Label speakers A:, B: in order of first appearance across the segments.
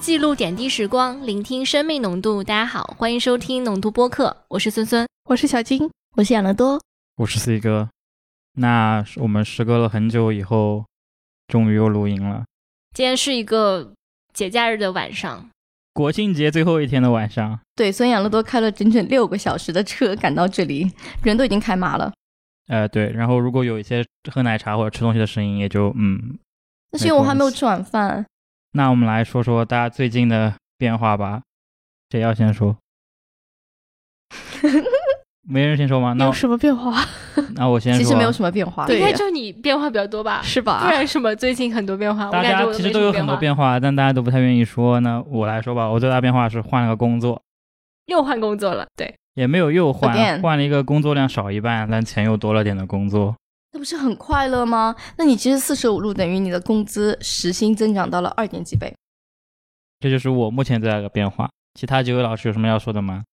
A: 记录点滴时光，聆听生命浓度。大家好，欢迎收听浓度播客，我是孙孙。
B: 我是小金，
C: 我是养乐多。
D: 我是 C 哥。那我们时隔了很久以后，终于又录音了。
A: 今天是一个节假日的晚上，
D: 国庆节最后一天的晚上，
C: 对，孙养乐多开了整整六个小时的车赶到这里，人都已经开麻了。
D: 呃，对，然后如果有一些喝奶茶或者吃东西的声音，也就嗯。
C: 那是因为我还没有
D: 关系
C: 吃晚饭。
D: 那我们来说说大家最近的变化吧。谁要先说？没人先说吗？
B: 你
D: 那
B: 有
D: 我
B: 什么变化？
D: 那我先说。啊
C: 其实没有什么变化。
B: 对
A: 啊应
B: 呀
A: 该就你变化比较多吧？
B: 是吧？
A: 不然什么最近很多变化，我
D: 大
A: 感
D: 家
A: 觉我
D: 其
A: 没什
D: 实都
A: 么
D: 有
A: 变
D: 很
A: 化
D: 多变化，但大家都不太愿意说。那我来说吧，我最大变化是换了个工作，
A: 又换工作了，对，
D: 也没有又换，
C: Again
D: 换了一个工作量少一半，但钱又多了点的工作。
C: 那不是很快乐吗？那你其实四舍五入等于你的工资时薪增长到了二点几倍。
D: 这就是我目前最大的变化。其他几位老师有什么要说的吗？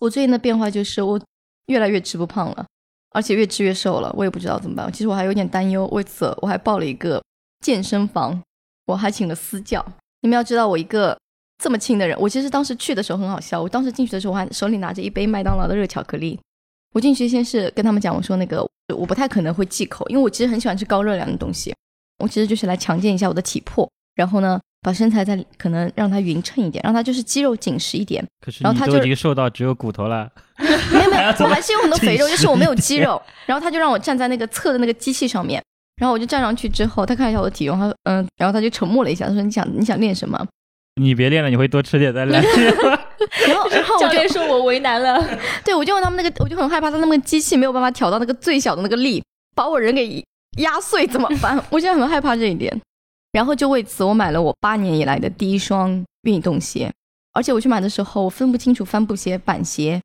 C: 我最近的变化就是我越来越吃不胖了，而且越吃越瘦了，我也不知道怎么办。其实我还有点担忧，为此我还报了一个健身房，我还请了私教。你们要知道，我一个这么轻的人，我其实当时去的时候很好笑。我当时进去的时候，我还手里拿着一杯麦当劳的热巧克力。我进去先是跟他们讲，我说那个我不太可能会忌口，因为我其实很喜欢吃高热量的东西。我其实就是来强健一下我的体魄，然后呢，把身材再可能让它匀称一点，让它就是肌肉紧实一点。
D: 可是
C: 然后
D: 你
C: 他
D: 都
C: 就
D: 已经瘦到只有骨头了，
C: 没有没
D: 还
C: 有
D: 要，怎
C: 我
D: 么
C: 还是有很多肥肉，就
D: 进食
C: 是我没有
D: 一
C: 肌
D: 点
C: 肉。然后他就让我站在那个测的那个机器上面，然后我就站上去之后，他看了一下我的体重，他说嗯，然后他就沉默了一下，他说你想你想练什么？
D: 你别练了，你会多吃 点再来。
C: 然后然后我
A: 教
C: 就
A: 练说我为难了，
C: 对我就用他们那个，我就很害怕他那个机器没有办法调到那个最小的那个力，把我人给压碎怎么办？ 我现在很害怕这一点。然后就为此，我买了我八年以来的第一双运动鞋，而且我去买的时候，我分不清楚帆布鞋、板鞋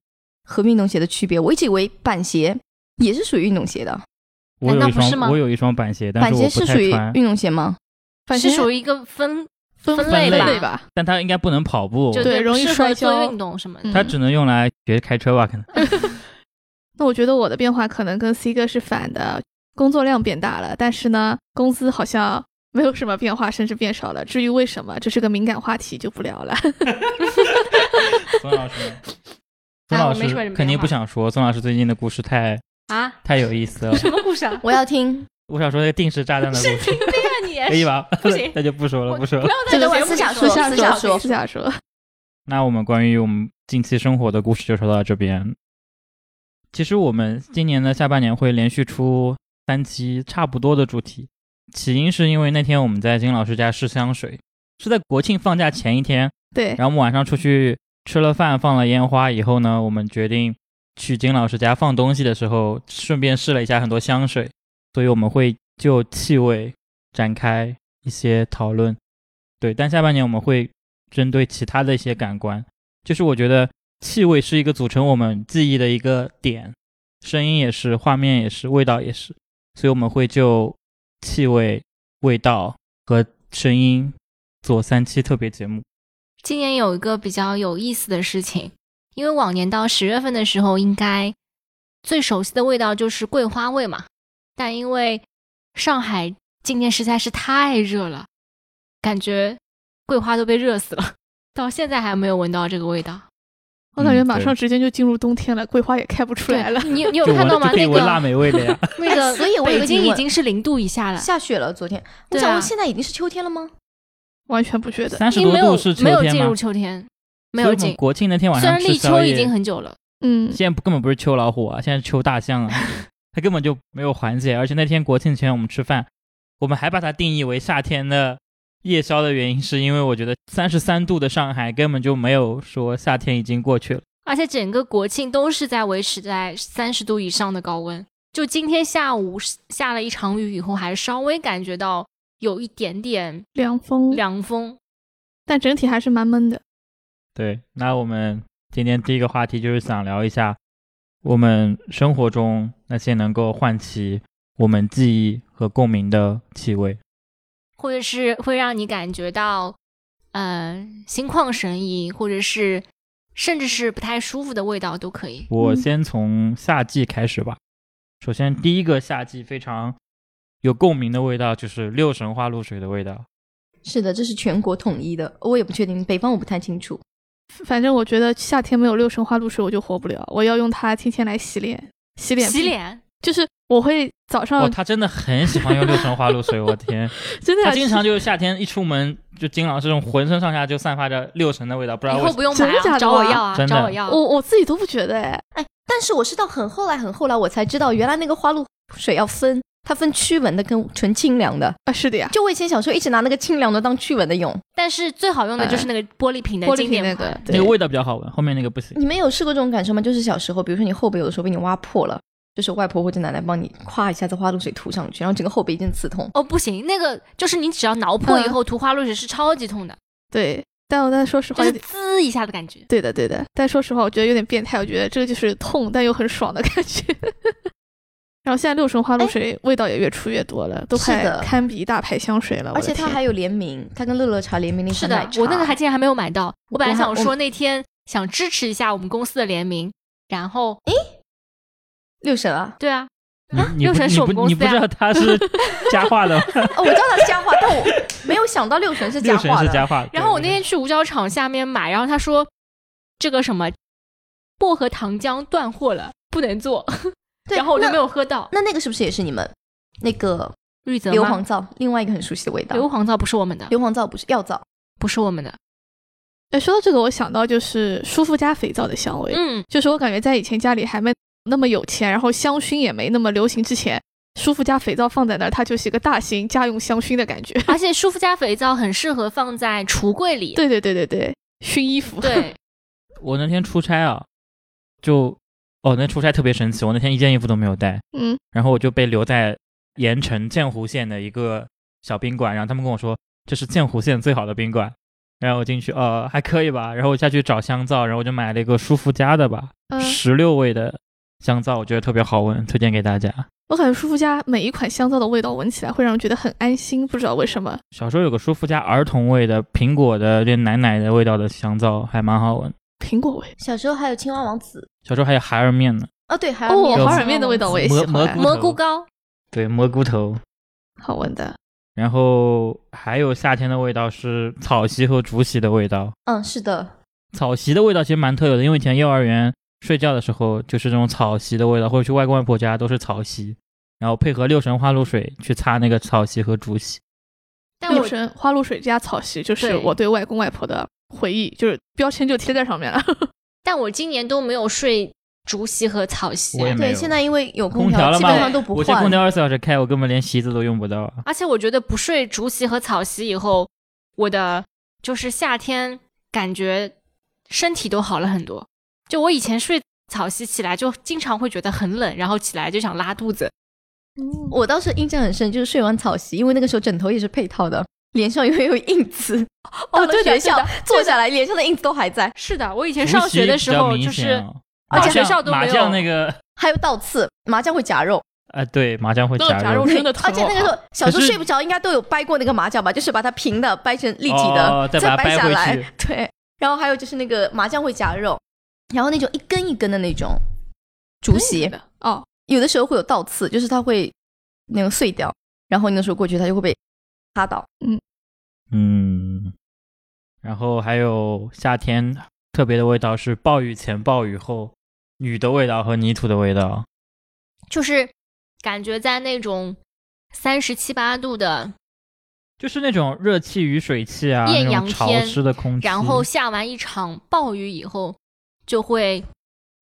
C: 和运动鞋的区别。我一直以为板鞋也是属于运动鞋的。
D: 我有
A: 难道
D: 一
A: 不是吗
D: 双，我有一双板鞋，但
C: 板
D: 是我
C: 鞋
D: 不
C: 是
D: 太
C: 属于
D: 穿，
C: 运动鞋吗？
B: 反
A: 是
B: 正
A: 属于一个分，
B: 分
A: 分
D: 类
B: 类
D: 吧
B: 吧？
D: 但它应该不能跑步，
A: 就
B: 对
A: 是
B: 容易
A: 适合
B: 摔
A: 做
B: 跤
A: 运动什么的。
C: 嗯
D: 它只能用来学开车吧？可能。
B: 那我觉得我的变化可能跟 C 哥是反的，工作量变大了，但是呢，工资好像没有什么变化，甚至变少了。至于为什么，这是个敏感话题，就不聊了。
D: 孙老师呢，
A: 哎
D: 孙老
A: 我没什么
D: 师
A: 变化
D: 肯定不想说，孙老师最近的故事太
A: 啊，
D: 太有意思 了。
A: 什么故事啊？
C: 我要听，
D: 我想说那个定时炸弹的故 事，
A: 你
D: 可以吧？
A: 不行
D: 那就不说了，
A: 我
D: 不说了
A: 不。要在
C: 这个
A: 我
C: 我
A: 节目
C: 私
A: 里
C: 下
A: 说
C: 说
A: 私
C: 私下
A: 说
C: 说
B: 私下说，
D: 那我们关于我们近期生活的故事就说到这边。其实我们今年的下半年会连续出三期差不多的主题，起因是因为那天我们在金老师家试香水，是在国庆放假前一天，
B: 对，
D: 然后我们晚上出去吃了饭，放了烟花以后呢，我们决定去金老师家放东西的时候，顺便试了一下很多香水，所以我们会就气味展开一些讨论。对，但下半年我们会针对其他的一些感官，就是我觉得气味是一个组成我们记忆的一个点，声音也是，画面也是，味道也是，所以我们会就气味、味道和声音做三期特别节目。
A: 今年有一个比较有意思的事情，因为往年到十月份的时候，应该最熟悉的味道就是桂花味嘛，但因为上海今年实在是太热了，感觉桂花都被热死了， 到现在还没有闻到这个味道。
B: 我感觉
D: 嗯
B: 马
D: 对
B: 上直接就进入冬天了，桂花也开不出来了。
A: 你你有
D: 就
A: 看
D: 闻
A: 到吗？
D: 就可以
A: 那
D: 闻辣
A: 个
D: 美味的 呀。
A: 那个，
C: 哎所以我有
A: 北
C: 个
A: 京
C: 疑
A: 已
C: 问
A: 经是零度以下了，
C: 下雪了。昨天我
A: 对啊
C: 想问，现在已经是秋天了吗？
B: 完全不觉得。
D: 三十
A: 已经
D: 多
A: 没有
D: 度是秋
A: 没有
D: 天
A: 进入
D: 吗？
A: 秋天，没有
D: 所以我们
A: 进。
D: 国庆那天晚
A: 虽
D: 上
A: 然
D: 吃
A: 立
D: 宵
A: 秋已
D: 夜，
A: 经很久了，
B: 嗯，
D: 现在不根本不是秋老虎啊，现在是秋大象啊，它根本就没有缓解。而且那天国庆前我们吃饭，我们还把它定义为夏天的夜宵的原因，是因为我觉得三十三度的上海根本就没有说夏天已经过去了。
A: 而且整个国庆都是在维持在三十度以上的高温。就今天下午下了一场雨以后，还稍微感觉到有一点点
B: 凉风，
A: 凉风。
B: 但整体还是蛮闷的。
D: 对，那我们今天第一个话题就是想聊一下我们生活中那些能够唤起我们记忆和共鸣的气味。
A: 或者是会让你感觉到，呃，心旷神怡，或者是甚至是不太舒服的味道都可以。
D: 我
B: 嗯
D: 先从夏季开始吧。首先，
A: 嗯
D: 第一个夏季非常有共鸣的味道就是六神花露水的味道。
C: 是的，这是全国统一的，我也不确定，北方我不太清楚。
B: 反正我觉得夏天没有六神花露水我就活不了，我要用它天天来洗脸，洗脸，
A: 洗，脸，
B: 就是我会早上、
D: 哦，他真的很喜欢用六神花露水，我天，
B: 真的
D: 他
A: 啊
B: 呀
D: 经常就是夏天一出门就金老师这种浑身上下就散发着六神的味道，不知道
A: 以
D: 为
A: 后
D: 什么。
A: 不用买
B: 真的假
A: 啊，
B: 的
A: 找我
B: 啊
A: 要啊，
D: 真的
A: 找我要啊。
B: 我我自己都不觉得哎，
C: 哎，但是我是到很后来很后来我才知道，原来那个花露水要分，它分驱蚊的跟纯清凉的。
B: 啊是的呀，
C: 就我以前小时候一直拿那个清凉的当驱蚊的用。
A: 但是最好用的就是那个玻璃瓶的
B: 玻璃
A: 经
B: 瓶
A: 典
B: 那
A: 款
B: 个，
D: 那
B: 对
D: 个，味道比较好闻，后面那个不行。
C: 你们有试过这种感受吗？就是小时候，比如说你后背有的时候被你挖破了，就是外婆或者奶奶帮你咵一下子花露水涂上去，然后整个后背一阵刺痛。
A: 哦，不行，那个就是你只要挠破以
B: 嗯
A: 后涂花露水是超级痛的，
B: 对，但我但说实话
A: 就是
B: 有点。
A: 滋一下的感觉。
B: 对的，对的，但说实话，我觉得有点变态。我觉得这个就是痛但又很爽的感觉。 然后现在六神花露水味道也越出越多了，都
C: 哎是
B: 快
C: 的
B: 堪比一大牌香水了。
C: 而且它
B: 我的天
C: 还有联名，它跟乐乐茶联名那
A: 是
C: 款
A: 的
C: 奶，茶
A: 我那个还竟然还没有买到。我本来
C: 我还
A: 想说那天想支持一下我们公司的联名，然后，
C: 六神啊
A: 对啊，
D: 你你
A: 六
D: 不
A: 神是
D: 你
A: 我们
D: 不你
A: 公司
D: 不
A: 呀
D: 知道他是加化 的吗，
C: 哦，我知道它是佳话，但我没有想到六神是
D: 六
C: 佳
D: 神
C: 话
D: 是
C: 的。
D: 加化的。
A: 然后我
D: 对
A: 那天去五角场下面买，然后他说这个什么薄荷糖浆断货了，不能做，
C: 对
A: 然后我就没
C: 有
A: 有喝到。
C: 那。那那个是不是也是你们那个
A: 绿泽
C: 硫
A: 吗
C: 磺皂？另外一个很熟悉的味道，
A: 硫磺皂不是我们的，
C: 硫磺皂不是药皂，
A: 不是我们的。
B: 哎，说到这个，我想到就是舒肤佳肥皂的香味，
A: 嗯，
B: 就是我感觉在以前家里还没那么有钱，然后香薰也没那么流行之前，舒肤佳肥皂放在那儿，它就是一个大型家用香薰的感觉。
A: 而且舒肤佳肥皂很适合放在橱柜里。
B: 对对对对对，熏衣服。
A: 对，
D: 我那天出差啊，就哦，那出差特别神奇，我那天一件衣服都没有带，
B: 嗯，
D: 然后我就被留在盐城建湖县的一个小宾馆，然后他们跟我说这是建湖县最好的宾馆，然后我进去，呃，还可以吧，然后我下去找香皂，然后我就买了一个舒肤佳的吧，
B: 嗯，
D: 十六味的香皂，我觉得特别好闻，推荐给大家。
B: 我感觉舒肤佳每一款香皂的味道闻起来会让人觉得很安心，不知道为什么。
D: 小时候有个舒肤佳儿童味的苹果的，有点奶奶的味道的香皂，还蛮好闻。
B: 苹果味，
C: 小时候还有青蛙王子。
D: 小时候还有海尔面呢，
C: 哦，对，
A: 啊
C: 还有
B: 哦，
C: 面
B: 花尔面的味道我也
D: 蘑
B: 喜欢，
D: 蘑菇
A: 蘑菇膏，
D: 对，蘑菇头。
B: 好闻的。
D: 然后还有夏天的味道是草席和竹席的味道。
C: 嗯，是的，
D: 草席的味道其实蛮特有的，因为以前幼儿园睡觉的时候就是这种草席的味道，或者去外公外婆家都是草席，然后配合六神花露水去擦那个草席和竹席。
A: 但
B: 六
A: 我
B: 神花露水加草席，就是
A: 对
B: 我对外公外婆的回忆，就是标签就贴在上 面了。
A: 但我今年都没有睡竹席和草席，
D: 我也没有
C: 对，现在因为
A: 嗯
C: 有
D: 空调了
C: 基
D: 嘛
C: 本上都不
D: 我现在空
C: 换。
D: 调二十四小时开，我根本连席子都用不到啊。
A: 而且我觉得不睡竹席和草席以后，我的就是夏天感觉身体都好了很多。就我以前睡草席起来就经常会觉得很冷，然后起来就想拉肚子。
C: 我倒是印象很深，就是睡完草席，因为那个时候枕头也是配套的， 脸上也有印子。到了
B: 对的
C: 学校
B: 对
C: 坐下来，脸上的印子都还在，
A: 是的，我以前
D: 竹席
A: 上学的时
D: 比较
A: 候
D: 明
A: 就
D: 显
A: 是
D: 啊
A: 到
D: 麻
A: 学
D: 将
A: 校都没有
D: 麻将那个，
C: 还有倒刺，麻将会夹肉。
D: 啊，对，麻将会
B: 那种
D: 夹
B: 夹肉
D: 肉。
B: 我真的疼
C: 而且那个时候小时
D: 可
C: 候
D: 是
C: 睡不着，应该都有掰过那个麻将吧， 就是把它平的掰成立体的，
D: 哦再把它
C: 掰
D: 掰
C: 下
D: 回
C: 来
D: 去。
C: 对，然后还有就是那个麻将会夹肉，然后那种一根一根的那种竹席，
B: 的哦，
C: 有的时候会有倒刺，就是它会那个碎掉，然后你那时候过去它就会被擦到。
D: 嗯，然后还有夏天特别的味道是暴雨前、暴雨后雨的味道和泥土的味道。
A: 就是感觉在那种三十七八度的，
D: 就是那种热气与水气啊，
A: 艳
D: 那
A: 阳
D: 种
A: 天
D: 潮湿的空气，
A: 然后下完一场暴雨以后，就会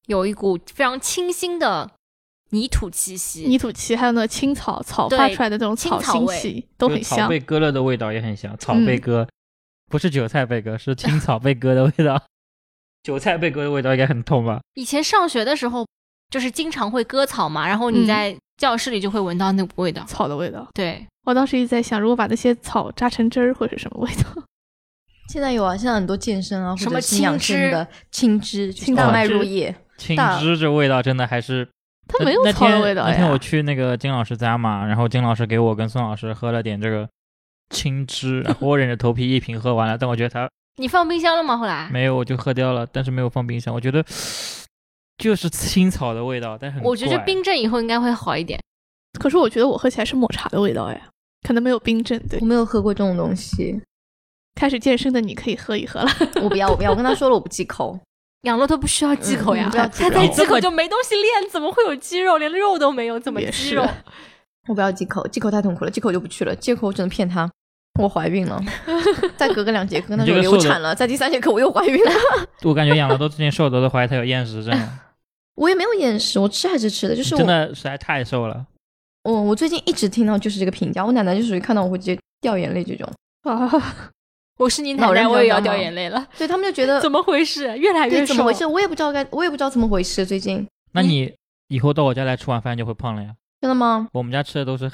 A: 有一股非常清新的泥土气息。
B: 泥土气，还有那个青草草发
A: 对
B: 出来的这种
A: 青
B: 草
A: 草
B: 腥
A: 味
B: 气都
D: 就
B: 很
D: 是草
B: 香。
D: 被割了的味道也很香，草
B: 嗯
D: 被割、不是韭菜被割，是青草被割的味道。韭菜被割的味道应该很痛吧？
A: 以前上学的时候，就是经常会割草嘛，然后你
B: 嗯
A: 在教室里就会闻到那股味道。
B: 草的味道，
A: 对，
B: 我当时一直在想，如果把那些草榨成汁儿会是什么味道？
C: 现在有啊，现在很多健身啊，
A: 什
C: 或
A: 么
C: 者是养
A: 青
C: 生的青汁，就是大
D: 青
C: 麦
D: 汁
C: 入叶，
D: 青
C: 大
D: 汁这味道真的还是
B: 它
D: 那
B: 没有
D: 那
B: 草的
D: 天
B: 味道
D: 那天我
B: 呀。
D: 去那个金老师家嘛，然后金老师给我跟孙老师喝了点这个青汁，然后我忍着头皮一瓶喝完了，但我觉得它
A: 你放冰箱了吗？后来
D: 没有，我就喝掉了，但是没有放冰箱。我觉得 就是青草的味道，但是很
A: 我觉得
D: 怪
A: 冰镇以后应该会好一点。
B: 可是我觉得我喝起来是抹茶的味道哎，可能没有冰镇对
C: 我。没有喝过这种东西。
B: 开始健身的你可以喝一喝了。
C: 我不要，我不要，我跟他说了我不忌口，
A: 养乐多不需要忌口呀
C: 嗯，不要忌
A: 他
C: 口
A: 再
D: 你
A: 忌
D: 这
A: 口
D: 么
A: 就没东西练，怎么会有肌肉？连肉都没有，怎么
B: 也
A: 肌
B: 是
A: 肉？
C: 啊我不要忌口，忌口太痛苦了，忌口就不去了，忌口我只能骗他。我怀孕了，再隔个两节课，跟他
D: 你
C: 说
D: 这个
C: 我流
D: 瘦的
C: 产了，在第三节课我又怀孕了。
D: 我感觉养乐多最近瘦的都怀疑他有厌食症了，
C: 我也没有厌食，我吃还是吃的， 就是我
D: 真的实在太瘦了。
C: 我我最近一直听到就是这个评价，我奶奶就属于看到我会直接掉眼泪这种，
B: 啊，
A: 我是你奶
C: 老
A: 奶，
C: 人
A: 我也
C: 比较
A: 要
C: 忙
A: 掉眼泪了，
C: 所以他们就觉得
A: 怎么回事？越来越
C: 对
A: 瘦，
C: 怎么回事，我也不知道该，我也不知道怎么回事。最近
D: 那
C: 嗯
D: 你以后到我家来吃完饭就会胖了呀？
C: 真的吗？
D: 我们家吃 的都是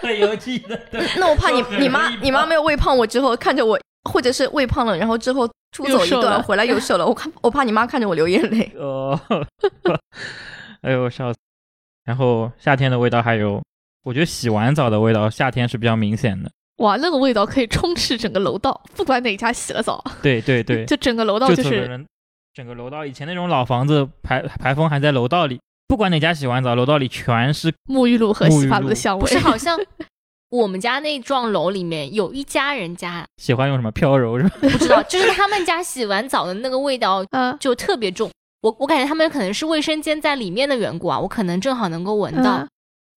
D: 很油腻的，对
C: 那我怕你
D: 就很
C: 你妈
D: 容易胖
C: 你妈没有喂胖我之后看着我，或者是喂胖了，然后之后出走一
B: 又瘦了
C: 段回来又瘦了，我看我怕你妈看着我流眼泪。
D: 哦，哎呦，笑死！然后夏天的味道还有，我觉得洗完澡的味道夏天是比较明显的。
B: 哇，那个味道可以充斥整个楼道，不管哪家洗了澡，
D: 对对 对，
B: 就整个楼道
D: 就
B: 就
D: 整个
B: 是
D: 人整个楼道，以前那种老房子排排风还在楼道里，不管哪家洗完澡，楼道里全是
B: 沐浴露和
D: 沐浴
B: 洗发露
D: 露
B: 的香
A: 不
B: 味。
A: 是好像我们家那幢楼里面有一家人家，
D: 喜欢用什么飘柔是吧？
A: 不知道，就是他们家洗完澡的那个味道
C: 嗯
B: 啊，
A: 就特别重。我我感觉他们可能是卫生间在里面的缘故啊，我可能正好能够闻到。
B: 啊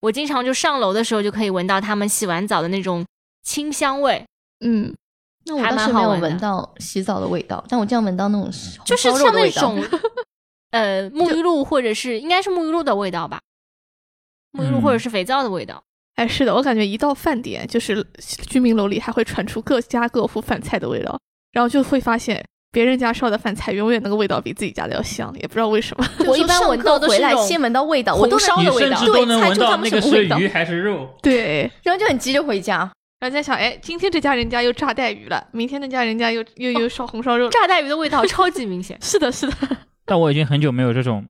A: 我经常就上楼的时候就可以闻到他们洗完澡的那种清香味，
B: 嗯，
C: 那
A: 我
C: 我
A: 还
C: 倒
A: 蛮
C: 是没
A: 好
C: 有
A: 闻的
C: 闻到洗澡的味道，但我这样闻到那种
A: 就是
C: 烧肉
A: 像
C: 的
A: 那
C: 味道
A: 种呃沐浴露或者是应该是沐浴露的味道吧，沐浴露
D: 嗯
A: 或者是肥皂的味道。
B: 哎，是的，我感觉一到饭点，就是居民楼里还会传出各家各户饭菜的味道，然后就会发现别人家烧的饭菜永远那个味道比自己家的要香，也不知道为什 么。
A: 我一般闻到都是
C: 回
A: 那
C: 来
A: 种
C: 先闻到味道，我都
A: 红烧
D: 你
A: 的味
D: 甚
A: 道
D: 至
C: 对
D: 都能
C: 猜
D: 闻
C: 出
D: 到
C: 他们
D: 那
C: 什
D: 个
C: 么
D: 是
C: 味道
D: 鱼还是肉。
B: 对，
C: 然后就很急就回家。
B: 然后在想，哎，今天这家人家又炸带鱼了，明天那家人家又又又烧红烧肉了。，
A: 炸带鱼的味道超级明显
B: 是的，是的，
D: 但我已经很久没有这种，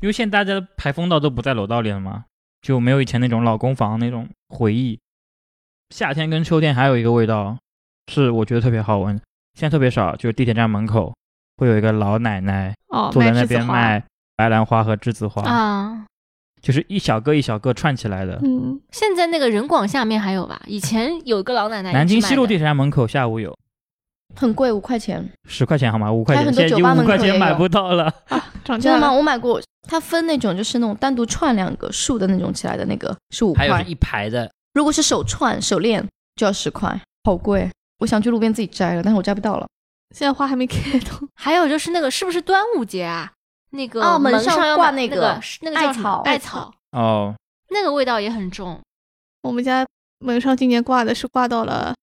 D: 因为现在大家的排风道都不在楼道里了嘛，就没有以前那种老公房那种回忆。夏天跟秋天还有一个味道是我觉得特别好闻，现在特别少，就是地铁站门口会有一个老奶奶
B: 哦，
D: 坐在
B: 卖
D: 那
B: 栀子
D: 边
B: 花，
D: 卖白兰花和栀子花，
A: 啊！
D: 就是一小个一小个串起来的。
B: 嗯，
A: 现在那个人广下面还有吧？以前有一个老奶奶，
D: 南京西路地铁站门口下午有
C: 很贵，五块钱，
D: 十块钱好吗？五块
C: 还有
D: 钱，
C: 很多
D: 现在已
C: 酒吧
D: 经五
C: 门口
D: 块钱
C: 也
D: 买
C: 有
D: 不到了。
B: 啊
C: 真
B: 涨价
C: 的吗？
B: 了。
C: 我买过，它分那种就是那种单独串两个竖的那种起来的那个是五
D: 还有
C: 块
D: 是，一排的，
C: 如果是手串手链就要十块，好贵。我想去路边自己摘了，但是我摘不到了。
B: 现在花还没开通，
A: 还有就是那个是不是端午节啊？那个
C: 哦门
A: 门
C: 上
A: 要
C: 挂
A: 买
C: 那
A: 那
C: 个
A: 是那个叫
C: 艾
A: 什么
C: 草
A: 艾
C: 艾
A: 草，
D: 哦，
A: 那个味道也很重。
B: 我们家门上今年挂的是挂到了，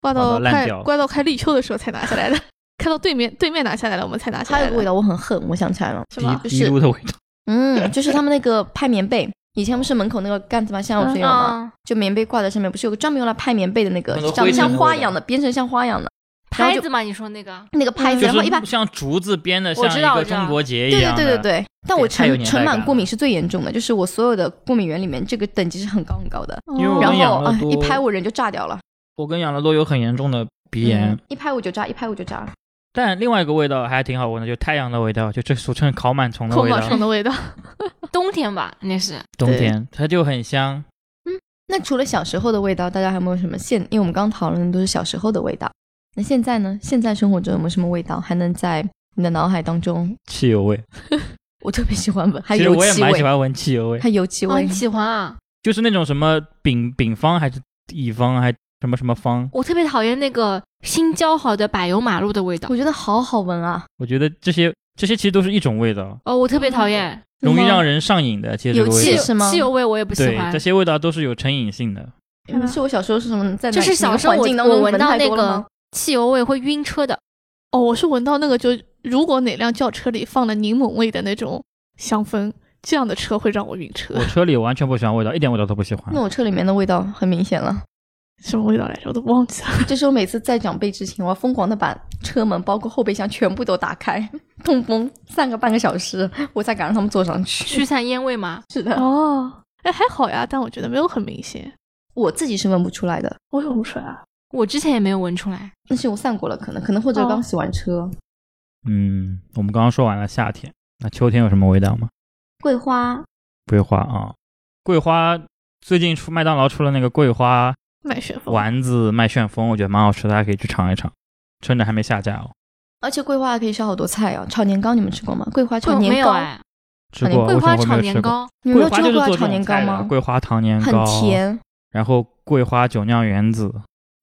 B: 挂
D: 挂到
B: 到
D: 烂
B: 快
D: 掉
B: 挂到快立秋的时候才拿下来的， 看到对面对面拿下来了，我们才拿下来
C: 还有一
B: 的。
C: 个味道我很恨，我想起来了，
B: 什么
D: 滴
C: 啊就是
D: 滴露的味道。
C: 嗯，就是他们那个拍棉被，以前不是门口那个杆子嘛，像我这有吗？
A: 嗯，
C: 就棉被挂在上面，不是有个专门用来拍棉被的那个
D: 那个，
C: 长
D: 灰
C: 得
D: 尘
C: 像
D: 的
C: 花
D: 味
C: 一
D: 道
C: 样的，编成像花一样的，然后
A: 拍
C: 就
A: 子嘛，你说 那个
C: 那个拍子，
D: 嗯就
C: 然后一般
D: 是像竹子编的，
A: 我
D: 像
A: 知
D: 一
A: 道我
D: 个
A: 知道
D: 中国结一
C: 对对
D: 样的。
C: 对对对，但
D: 对
C: 我
D: 太有
C: 尘
D: 年代
C: 尘螨
D: 感
C: 过
D: 了
C: 敏是最严重的，就是我所有的过敏源里面，这个等级是很高很高的。
B: 哦，
D: 因为我
C: 然
D: 跟养
C: 后
D: 乐
C: 啊，一
D: 多
C: 拍我人就炸掉了，
D: 我跟养乐多有很严重的鼻炎，
C: 嗯一拍我就炸，一拍我就炸。
D: 但另外一个味道还挺好闻的，就太阳的味道，就这俗称烤螨虫的
B: 后
D: 味
B: 脑
D: 道
B: 勺。的味道，
A: 冬天吧，那是
D: 冬天它就很香。
C: 那除了小时候的味道，大家还有没有什么现？因为我们刚讨论的都是小时候的味道，那现在呢？现在生活中有没有什么味道还能在你的脑海当中？
D: 汽油味，
C: 我特别喜欢闻，还
D: 其
C: 有
D: 实
C: 油
D: 我也
C: 漆
D: 蛮喜
C: 味，
D: 欢闻汽油味
C: 还，有油漆
A: 啊
C: 味
A: 你。喜欢啊。
D: 就是那种什么丙丙方还是乙方还什么什么方，
A: 我特别讨厌那个新浇好的柏油马路的味道
C: 我，觉得好好闻啊，
D: 我觉得这些这些其实都是一种味道，
A: 哦，我特别讨厌
C: 真
D: 容
C: 的
D: 易
C: 吗
D: 让人上瘾的。其实这
C: 有
D: 个
C: 气
D: 味道，
C: 嗯是吗
A: 汽油味，我也不喜
D: 对
A: 欢
D: 这。些味道都是有成瘾性的。
C: 嗯是我小时候是什么在
A: 就
C: 哪
A: 是
C: 哪
A: 小
C: 个
A: 时候
C: 环
A: 我
C: 境当
A: 我
C: 中
A: 闻
C: 闻
A: 到
C: 太
A: 那
C: 多了吗
A: 个汽油味会晕车的，
B: 哦，我是闻到那个就如果哪辆轿车里放了柠檬味的那种香氛，这样的车会让我晕车
D: 我。车里完全不喜欢味道，一点味道都不喜欢
C: 那。我车里面的味道很明显了，
B: 什么味道来着？我都忘记了。
C: 就是我每次在长辈之前，我要疯狂的把车门包括后备箱全部都打开，通风散个半个小时，我才敢让他们坐上去。
A: 驱散烟味嘛。
C: 是的，
B: 哦，哎，还好呀，但我觉得没有很明显。
C: 我自己是闻不出来的，
B: 我有水啊。
A: 我之前也没有闻出来，
C: 那是我散过了，可能可能或者
B: 哦
C: 刚洗完车。
D: 嗯，我们刚刚说完了夏天，那秋天有什么味道吗？
C: 桂花
D: 桂花啊，桂花最近出麦当劳出了那个桂花
B: 麦旋风
D: 丸子麦旋风，我觉得蛮好吃的，大家可以去尝一尝。趁着还没下架哦，
C: 而且桂花还可以烧好多菜啊，炒年糕你们吃过吗？桂花炒
A: 没
C: 哦年
A: 有
C: 糕，
A: 哎，
D: 吃
C: 啊
D: 过，
C: 你
A: 桂
D: 为什
A: 花炒
D: 么哦我没有
A: 年
D: 吃过？
A: 糕，
C: 你们
D: 桂
C: 没有
D: 花
C: 吃
D: 就是
C: 过
D: 做
C: 花炒
D: 这种
C: 年糕
D: 菜的
C: 吗？
D: 桂花糖年
C: 很
D: 糕，
C: 甜，
D: 然后桂花酒酿圆子，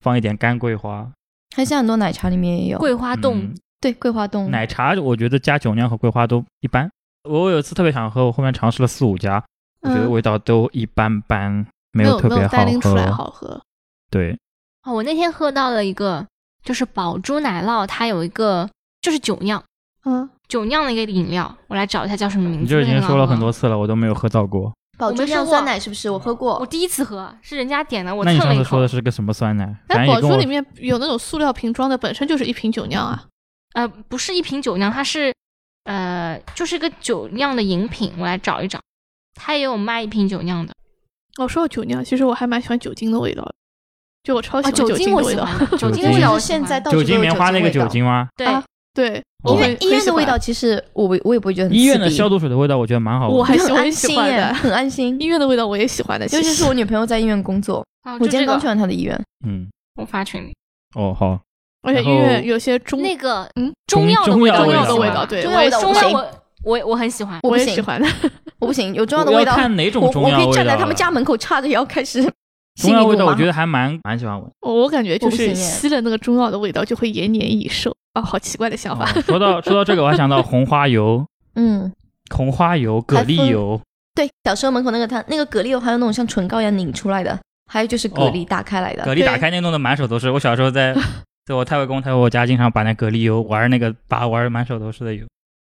D: 放一点干桂花。
C: 还像很多奶茶里面也有。
A: 桂花冻
D: 嗯，
C: 对桂花冻，
D: 奶茶我觉得加酒酿和桂花都一般。我有一次特别想喝，我后面尝试了四五家，我觉得
B: 嗯
D: 味道都一般般，没
B: 没
D: 有特
B: 没
D: 别
B: 有单拎出来
D: 好喝。
B: 好喝。
D: 对，
A: 哦，我那天喝到了一个，就是宝珠奶酪，它有一个就是酒酿
B: 嗯，
A: 酒酿的一个饮料，我来找一下叫什么名字。
D: 你就已
A: 那
D: 经
A: 个
D: 说了
A: 很
D: 很
A: 好喝
D: 多次了，我都没有喝到过。
C: 宝
A: 我
C: 珠
A: 没吃
C: 酿
A: 过
C: 酸奶是不是？我喝过
A: 我，第一次喝是人家点的，我
D: 那
A: 蹭
D: 你上
A: 了一
D: 次说
A: 口
D: 的。是个什么酸奶？反
C: 哎
B: 但
D: 正
B: 宝
D: 也跟
B: 珠
D: 我
B: 哎里面有那种塑料瓶装的，本身就是一瓶酒酿啊。
A: 呃，不是一瓶酒酿，它是呃，就是个酒酿的饮品。我来找一找，它也有卖一瓶酒酿的。
B: 哦，说到酒酿，其实我还蛮喜欢酒精的味道的，就我超
A: 啊，
B: 喜欢
A: 酒
B: 哦精
A: 我
B: 的味
A: 喜
B: 道。
A: 欢，酒
D: 酒
A: 的味道
D: 精
A: 我喜
C: 现
A: 欢
C: 在到处
D: 酒
C: 都有
D: 精棉花那个
C: 味
D: 酒
C: 道。
D: 精吗？
A: 对，
B: 啊对，
D: 哦
B: 我
C: 医
B: 很
C: 院医院的味道，其实我我我也不会觉得很
D: 医院的
C: 刺鼻
D: 消毒水的味道，我觉得蛮好闻的。
B: 我还
C: 就很
B: 我也
C: 安
B: 喜
C: 心
B: 欢
C: 耶，
B: 的
C: 很安心。
B: 医院的味道我也喜欢的，
C: 尤其是
B: 我
C: 我女朋友在医院工作，
A: 啊，
C: 我
A: 就
C: 今
A: 这
C: 天刚
A: 个
C: 去完她的医院，
D: 嗯，
A: 我发群里
D: 哦好，
B: 而且医
D: 然
B: 院
D: 后
B: 有些中
A: 那个
B: 嗯
A: 中药的
D: 中
A: 味
D: 药
A: 道，
B: 中
D: 味
B: 药
D: 道
B: 的味道，
D: 吧
B: 对
C: 中
B: 我
C: 药
B: 也
C: 味道
B: 喜
A: 中
C: 不
A: 药
B: 欢
C: 行
A: 我我我很喜欢。
C: 我不
B: 也喜
C: 行，
B: 欢的。
C: 我不行，有中药的
D: 我
C: 味
D: 要
C: 道，
D: 看哪
C: 我
D: 种中
C: 我
D: 药
C: 可
D: 味道
C: 以
D: 了。
C: 站在他们家门口叉着 腰开始。
D: 中药味道，我觉
C: 得
D: 得还蛮蛮喜欢闻。
B: 我我感觉就
C: 我不
B: 是
C: 行耶
B: 吸了那个中药的味道，就会延年益寿啊，好奇怪的想法。
D: 哦说到说到这个，我还想到红花油、
C: 嗯。
D: 红花油、蛤蜊油，
C: 对，小时候门口那个摊，那个蛤蜊油还有那种像唇膏一样拧出来的，还有就是蛤蜊打开来的。
D: 哦蛤蜊打开那弄得满手都是。我小时 候在在我太外公太我家，经常把那蛤蜊油玩那个把玩满手都是的油。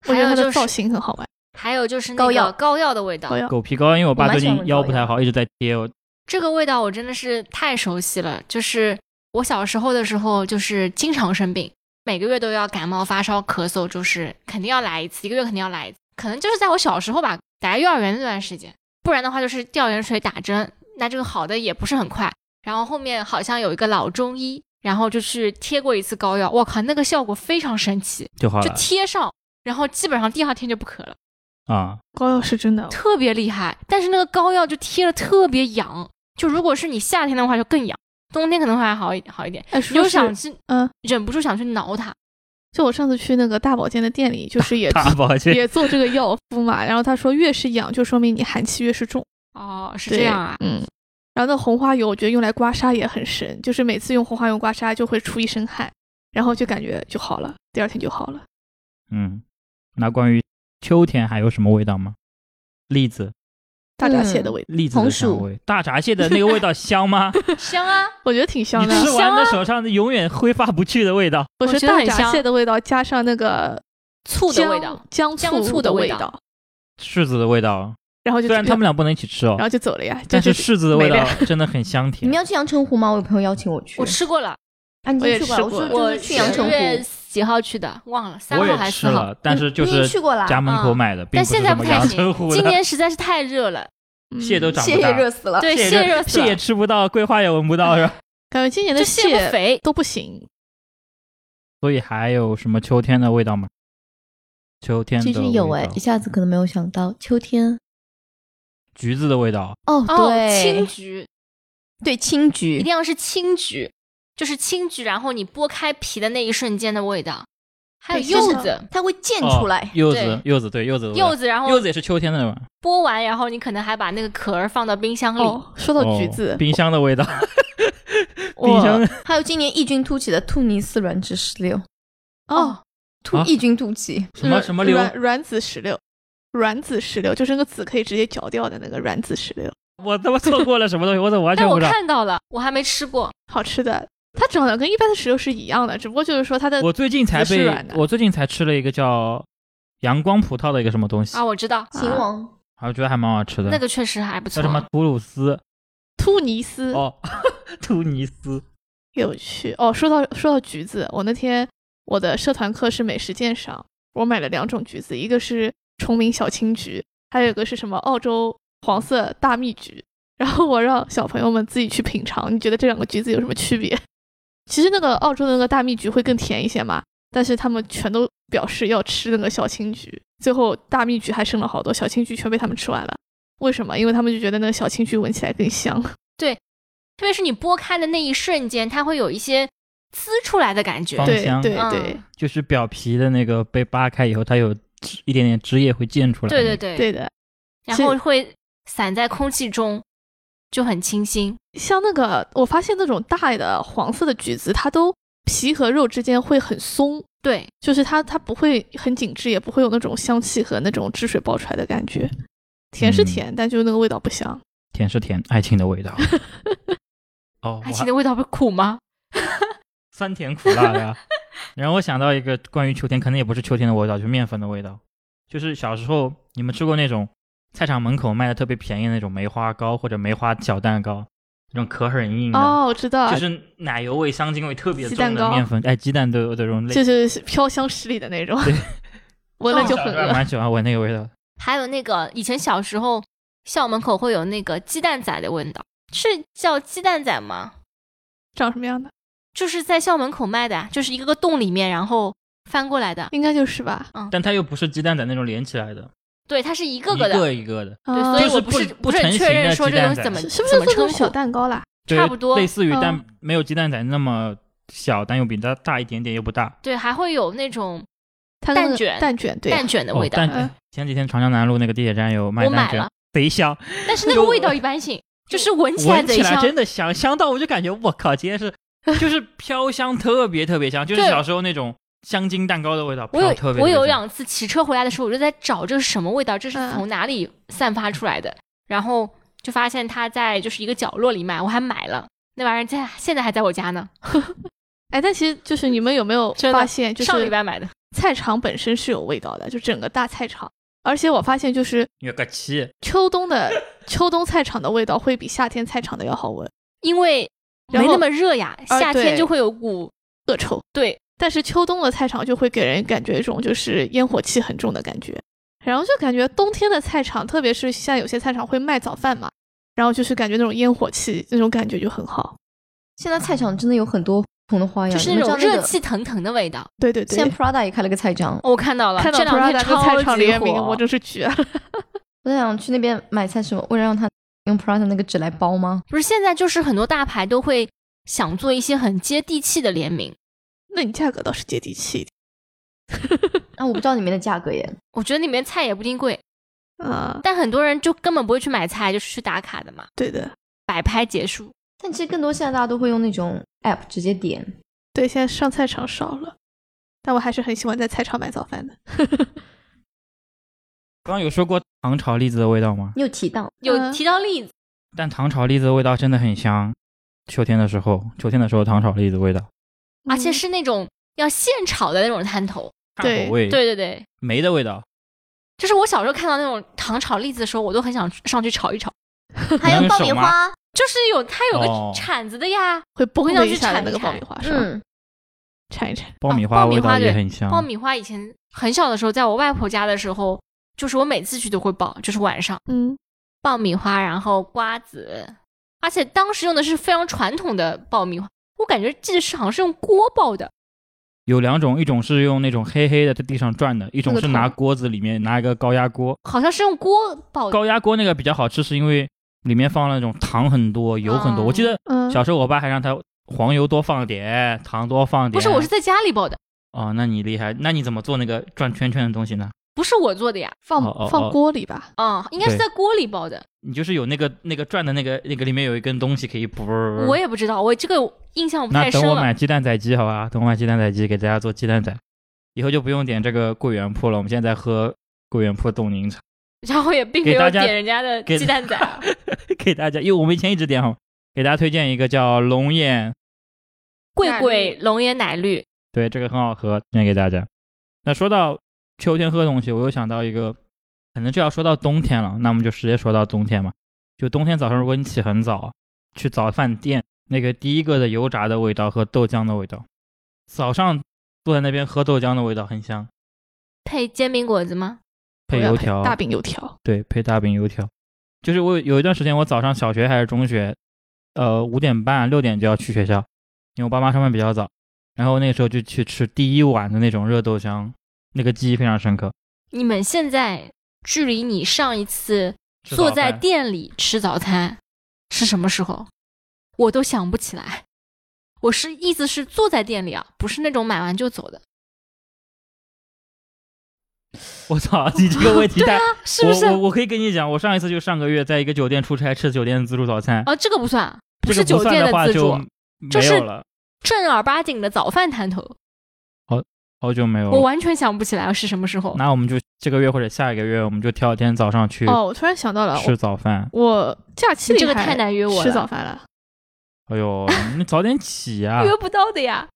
B: 我
A: 还
B: 觉
A: 有
B: 得它
A: 就
B: 的造
A: 是
B: 型很好玩。
A: 还有就是那
C: 膏
A: 个
C: 药
A: 膏药的味道
B: 膏，药
D: 狗皮膏药，因为我爸
C: 我蛮
D: 最
C: 喜欢
D: 近
C: 闻
D: 腰不
C: 膏
D: 太
C: 药
D: 好，一直在贴我。
A: 这个味道我真的是太熟悉了。就是我小时候的时候，就是经常生病，每个月都要感冒、发烧、咳嗽，就是肯定要来一次，一个月肯定要来一次。可能就是在我小时候吧，在幼儿园那段时间，不然的话就是吊盐水打针，那这个好的也不是很快。然后后面好像有一个老中医，然后就去贴过一次膏药，我靠，那个效果非常神奇，
D: 就好
A: 就
D: 了
A: 贴上，然后基本上第二天就不咳了。
D: 啊。
B: 膏药是真的，
A: 特别厉害，但是那个膏药就贴了特别痒，就如果是你夏天的话就更痒，冬天可能还好一好一点。
B: 哎，
A: 你
B: 说
A: 就是想去
B: 嗯，
A: 忍不住想去挠它，
B: 就我上次去那个大保健的店
A: 啊
B: 里，就是也
D: 大保健
B: 也做这个药敷嘛，然后他说越是痒，就说明你寒气越是重。
A: 哦，是
B: 对
A: 这 样啊，
B: 嗯。然后那红花油，我觉得用来刮痧也很神，就是每次用红花油刮痧就会出一身汗，然后就感觉就好了，第二天就好了。
D: 嗯，那关于秋天还有什么味道吗？栗子，
B: 大闸
A: 嗯
B: 蟹的味道，
D: 栗子的
C: 红
D: 香
C: 薯
D: 味，大闸蟹的那个味道 香吗？
A: 香啊，
B: 我觉得挺香
D: 你
B: 的。
D: 吃
A: 香
D: 完
A: 啊
D: 的手上永远挥发不去的味道。
B: 我
A: 我
B: 是
A: 觉得
B: 大
A: 很
B: 闸
A: 香
B: 蟹的味道加上那个
A: 醋的味道，
B: 姜
A: 姜醋
B: 醋
A: 的味
B: 味
A: 道，
D: 柿子的味道，
B: 然后就
D: 虽然他们俩不能一起吃哦
A: 啊
B: 然，后就走了呀。
D: 但
B: 就是
D: 柿子的味
B: 没
D: 道
B: 了
D: 真的很香
C: 你
D: 甜
C: 们。要去阳澄湖吗？我有朋友邀请我去，
A: 我吃过了，
C: 啊，你
B: 我也
C: 去过了，
B: 吃
C: 我
B: 过
C: 说
B: 我
C: 就是去阳
A: 十
C: 澄
A: 月
C: 湖，
A: 几号去的忘了，三
D: 我
A: 号
D: 也
A: 还是
D: 吃
A: 四号，
D: 了，但是就
C: 你你已经
D: 是
C: 去过了，
D: 家门口
A: 嗯
D: 买的，并
A: 但
D: 不是
A: 现在
D: 什
A: 不
D: 么
A: 太
D: 阳
A: 行
D: 澄，湖
A: 今
D: 的
A: 年实在是太热了，
B: 嗯
D: 蟹都长
C: 蟹
D: 不
C: 也
D: 大，
C: 热死了。
A: 对，
D: 蟹
A: 蟹热死
D: 蟹也
A: 了，
D: 吃不到，桂花也闻不到是吧？
B: 感觉今年
A: 就
B: 的
A: 蟹不肥，
B: 都不行。
D: 所以还有什么秋天的味道吗？秋天的
C: 其实有
D: 味
C: 哎
D: 道，
C: 一下子可能没有想到秋天
D: 橘子的味道，
C: 哦，
A: 哦，青
C: 对
A: 桔
C: 对青
A: 一
C: 桔
A: 定要是青桔，就是青桔，然后你剥开皮的那一瞬间的味道，还有
B: 对就是
A: 柚子。
C: 它会溅出
D: 哦
C: 来，
D: 柚
A: 对
D: 子，柚子对柚子的味道，
A: 柚子，然后
D: 柚子也是秋天的嘛，
A: 剥完，然后你可能还把那个壳儿放到冰箱里。
B: 哦，说到
D: 哦
B: 橘子，
D: 冰箱的味道，冰箱
B: 我
C: 还有今年异军突起的突尼斯软脂石榴，
B: 哦，
C: 突
D: 啊
C: 异军突起，
D: 什么
B: 软
D: 什么榴，
B: 软软籽石榴，软籽石榴就是那个籽可以直接嚼掉的那个软籽石榴，
D: 我他妈错过了什么东西，我怎么完全
A: 但
D: 不
A: 我
D: 知道？
A: 看到了，我还没吃过。
B: 好吃的。它长得跟一般的石榴是一样的，只不过就是说它的
D: 我最近才
B: 籽是
D: 被
B: 软的
D: 我最近才吃了一个叫阳光葡萄的一个什么东西，
A: 啊，我知道，
C: 秦王
D: 啊我觉得还蛮好吃的，
A: 那个确实还不错
D: 叫什。么吐鲁斯
B: 突尼斯
D: 哦， 突尼斯
B: 有趣哦。说到说到橘子，我那天我的社团课是美食鉴赏，我买了两种橘子，一个是崇明小青橘，还有一个是什么澳洲黄色大蜜橘。然后我让小朋友们自己去品尝，你觉得这两个橘子有什么区别？ 其实那个澳洲的那个大蜜橘会更甜一些嘛，但是他们全都表示要吃那个小青橘，最后大蜜橘还剩了好多，小青橘全被他们吃完了。为什么？因为他们就觉得那个小青橘闻起来更香。
A: 对，特别是你拨开的那一瞬间，它会有一些滋出来的感觉
D: 芳。
B: 对
D: 香
B: 对
A: 嗯
B: 对
D: 就是表皮的那个被扒开以后，它有汁一点点汁液会溅出来。
A: 对对，对，
B: 对的，
A: 然后会散在空气中，就很清新。
B: 像那个我发现那种大的黄色的橘子，它都皮和肉之间会很松，
A: 对，
B: 就是它它不会很紧致，也不会有那种香气和那种汁水爆出来的感觉。甜
D: 嗯
B: 是甜，但就是那个味道不香。
D: 甜是甜，爱情的味 道。哦，
A: 爱
D: 我
A: 情
D: 还
A: 的味道不是苦吗？
D: 酸甜苦辣 呀。然后我想到一个关于秋天，可能也不是秋天的味道，就是面粉的味道。就是小时候你们吃过那种菜场门口卖的特别便宜的那种梅花糕或者梅花小蛋糕，那种壳很硬的，
B: 哦，我知道，
D: 就是奶油味、香精味特别
B: 鸡蛋
D: 重的
B: 糕
D: 面粉，哎，鸡蛋都有这种类。
B: 就是 飘香十里的那种，闻了就
D: 哦小
B: 很
D: 时候还
B: 饿。
D: 蛮喜欢闻那个味道。
A: 还有那个以前小时候校门口会有那个鸡蛋仔的味道，是叫鸡蛋仔吗？
B: 长什么样的？
A: 就是在校门口卖的啊，就是一个个洞里面，然后翻过来的。
B: 应该就是吧。
D: 但它又不是鸡蛋仔那种连起来的，
A: 对，它是一个个的。
D: 一个一个的，
A: 对，
B: 啊
A: 所以
D: 就是
A: 我不
D: 不
A: 是不是
D: 不
A: 很
D: 成
A: 确
D: 形的
A: 认说
D: 鸡
A: 这东
D: 蛋
A: 西
D: 仔
A: 怎么
B: 是
A: 怎
B: 不是
A: 么
B: 做
A: 称
B: 成小
A: 呼？
B: 蛋糕啦？
D: 对
A: 差不多
D: 类似于但
B: 嗯
D: 没有鸡蛋仔那么小，但又比它大一点点，又不大。
A: 对，还会有那种
B: 它跟那
A: 蛋
B: 个
A: 卷
B: 蛋卷对啊
A: 蛋卷的
D: 哦
A: 味，道，
D: 蛋
B: 嗯
D: 前几天长江南路那个地铁站有卖
A: 我
D: 蛋
A: 买
D: 卷
A: 了，，
D: 贼香，
A: 但是那个味道一般性， 就是闻起来
D: 闻
A: 贼
D: 起来
A: 香。
D: 真的香，香到我就感觉我靠，今天 是就是飘香特别特别香，就是
A: 对
D: 小时候那种香精蛋糕的味道，
A: 我
D: 飘
A: 有
D: 特别
A: 我
D: 特别
A: 有
D: 香
A: 两次骑车回来的时候，我就在找这是什么味道，这是
B: 嗯
A: 从哪里散发出来的，然后就发现它在就是一个角落里卖，我还买了那玩意儿在，现在还在我家呢，
B: 哎，但其实就是你们有没有
A: 真的
B: 发现，就
A: 上礼
B: 是
A: 拜买的。
B: 菜场本身是有味道的，就整个大菜场。而且我发现，就是
D: 有个七，
B: 秋冬的秋冬菜场的味道会比夏天菜场的要好闻，
A: 因为
B: 然
A: 没
B: 后
A: 那么热呀，
B: 啊
A: 夏天
B: 对
A: 就会有股
B: 恶臭。
A: 对
B: 但是秋冬的菜场就会给人感觉一种就是烟火气很重的感觉，然后就感觉冬天的菜场，特别是现在有些菜场会卖早饭嘛，然后就是感觉那种烟火气那种感觉就很好。
C: 现在菜场真的有很多不同的花样，
A: 就是
C: 你
A: 那
C: 们知
A: 种
C: 道
A: 热
C: 个
A: 气腾腾的味道。哦
B: 对对对
C: 现，在 Prada 也开了个菜场，
A: 我看到了，
B: 看到
A: 这两
B: Prada
A: 天
B: 跟
A: 超
B: 菜场
A: 级
B: 联名，
A: 火
B: 我，真是绝了。
C: 我在想去那边买菜什么，为了让他用 Prada 那个纸来包吗？
A: 不是现在就是很多大牌都会想做一些很接地气的联名，
B: 那你价格倒是接地气一点。
C: 啊，我不知道里面的价格耶。
A: 我觉得里面菜也不一定贵，
B: 啊、
A: 但很多人就根本不会去买菜，就是去打卡的嘛，
B: 对的，
A: 摆拍结束。
C: 但其实更多现在大家都会用那种 app 直接点，
B: 对，现在上菜场少了，但我还是很喜欢在菜场买早饭的。
D: 刚刚有说过糖炒栗子的味道吗？
C: 你有提到
A: 有
B: 嗯
A: 提到 栗子，
D: 但糖炒栗子的味道真的很香，秋天的时候，秋天的时候糖炒栗子的味道，
A: 而
B: 嗯
A: 且是那种要现炒的那种摊头。
D: 炭火味，
A: 对啊对对，
D: 梅的味道，
A: 就是我小时候看到那种糖炒栗子的时候，我都很想上去炒一炒。
D: 还有爆米花，
A: 就是有它有
D: 哦
A: 个铲子的呀，
B: 会崩
A: 我想
B: 的
A: 去
B: 一下的
A: 铲
B: 那
A: 一
B: 个爆
A: 铲
B: 米花是吧？
C: 嗯，
B: 铲一铲，
D: 爆米
A: 哦
D: 花
A: 爆米
D: 味
A: 花
D: 道也
A: 对
D: 很香。
A: 爆米花以前很小的时候，在我外婆家的时候，就是我每次去都会爆，就是晚上
B: 嗯，
A: 爆米花，然后瓜子，而且当时用的是非常传统的爆米花，我感觉记得是好像是用锅爆的，
D: 有两种，一种是用那种黑黑的在地上转的，一种
C: 那个
D: 是拿
C: 桶
D: 锅子里面拿一个高压锅，
A: 好像是用锅爆的。
D: 高压锅那个比较好吃，是因为里面放了那种糖很多、油很多。
A: 哦
D: 我记得
B: 嗯
D: 小时候我爸还让他黄油多放点，糖多放点。
A: 不是，我是在家里爆的，
D: 哦，那你厉害。那你怎么做那个转圈圈的东西呢？
A: 不是我做的呀，
B: 放
D: 哦哦哦
B: 放锅里吧。
A: 啊、应该是
D: 对
A: 在锅里爆的，
D: 你就是有那个那个转的那个那个里面有一根东西可以啵。
A: 我也不知道，我这个印象不
D: 那
A: 太深
D: 等我
A: 了。
D: 买鸡蛋仔鸡好吧，等我买鸡蛋仔鸡给大家做鸡蛋仔，以后就不用点这个桂圆铺了。我们现在在喝桂圆铺冻柠茶，
A: 然后也并没
D: 给大
A: 有
D: 家
A: 点人家的
D: 给
A: 鸡蛋仔，啊
D: 给大家，因为我们以前一直点好，给大家推荐一个叫龙眼
A: 桂
C: 奶
A: 桂
C: 绿
A: 龙眼奶绿，
D: 对，这个很好喝，推荐给大家。那说到秋天喝的东西，我又想到一个，可能就要说到冬天了，那我们就直接说到冬天嘛。就冬天早上，如果你起很早，啊去早饭店，那个第一个的油炸的味道和豆浆的味道，早上坐在那边喝豆浆的味道很香，
A: 配煎饼果子吗？
D: 配
B: 我要
D: 油条，啊
B: 大饼油条，
D: 对，配大饼油条。就是我有有一段时间，我早上小学还是中学，呃，五点半六点就要去学校，因为我爸妈上班比较早，然后那个时候就去吃第一碗的那种热豆浆，那个记忆非常深刻。
A: 你们现在距离你上一次
D: 吃
A: 坐
D: 早
A: 在
D: 饭
A: 店里吃早餐是什么时候？我都想不起来。我是意思是坐在店里啊，不是那种买完就走的，
D: 我操，你这个问题太……
A: 是不是？
D: 我我
A: 哦、
D: 我可以跟你讲，我上一次就上个月在一个酒店出差吃酒店自助早餐，
A: 这个不算啊，
D: 这
A: 是
D: 个
A: 酒
D: 不算
A: 店
D: 话
A: 自
D: 就
A: 助，就
D: 没
A: 是
D: 有了，
A: 正儿八经的早饭摊头，
D: 哦好久没有
A: 我
D: 了。
A: 完全想不起来是什么时候。
D: 那我们就这个月或者下一个月，我们就挑一天早上去
B: 哦，我突然想到
A: 啊
B: 了，
D: 吃早饭。
B: 我我假期
A: 你这
B: 里
A: 个
B: 还
A: 太难约我
B: 吃
A: 了，
B: 早饭了。
D: 哎呦，你早点起啊呀、
A: 约不到的呀。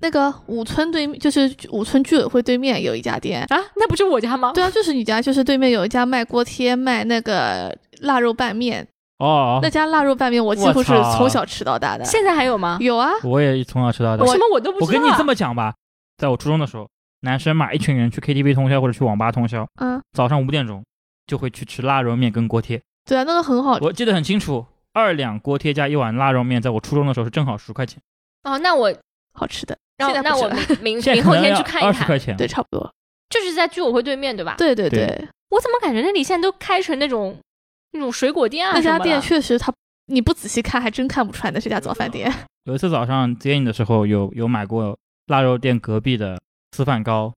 B: 那个五村对面就是五村居委会对面有一家店，
A: 啊，那不就我家吗？
B: 对啊，就是你家，就是对面有一家卖锅贴、卖那个腊肉拌面，
D: 哦
B: 那，家腊肉拌面我几乎是
D: 我操
B: 从小吃到大的。
A: 现在还有吗？
B: 有啊，
D: 我也从小吃到大
A: 为。什么我都不知道、
D: 我
A: 啊？
D: 跟你这么讲吧，在我初中的时候，男生嘛，一群人去 KTV 通宵或者去网吧通宵，
B: 嗯，
D: 早上五点钟就会去吃腊肉面跟锅贴。
B: 对啊，那个很
A: 哦
B: 好。
D: 我记得很清楚，二两锅贴加一碗腊肉面，在我初中的时候是正好十块钱，
A: 哦，那我
B: 好吃的，
A: 让
B: 现在
A: 那
B: 不
A: 我
B: 是了
A: 明明
D: 现在
A: 明
D: 可
A: 后
D: 能
A: 天
D: 要
A: 去看
D: 二
A: 一
D: 十
A: 看，
D: 块钱。
B: 对，差不多。
A: 就是在居委会对面对吧？
B: 对对
D: 对
B: 对，
A: 我怎么感觉那里现在都开成那种那种水果店啊
B: 那
A: 什么
B: 家
A: 的
B: 店确实它，你不仔细看还真看不出来那是家早饭店。
D: 有一次早上接你的时候，有有买过腊肉店隔壁的粢饭糕。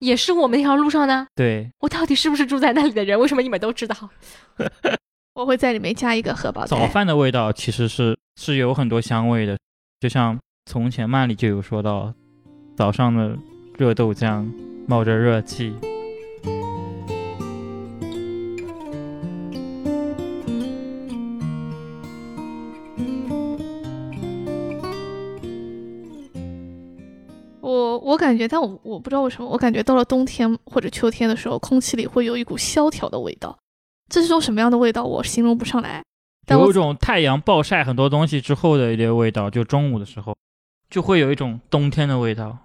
A: 也是我们那条路上的。
D: 对，
A: 我到底是不是住在那里的人？为什么你们都知道？
B: 我会在里面加一个荷包
D: 早
B: 蛋。
D: 饭的味道其实是是有很多香味的，就像从前慢里就有说到，早上的热豆浆冒着热气。
B: 我我感觉，但我我不知道为什么，我感觉到了冬天或者秋天的时候，空气里会有一股萧条的味道。这是种什么样的味道，我形容不上来。但
D: 有
B: 我
D: 一种太阳暴晒很多东西之后的一些味道，就中午的时候就会有一种冬天的味道。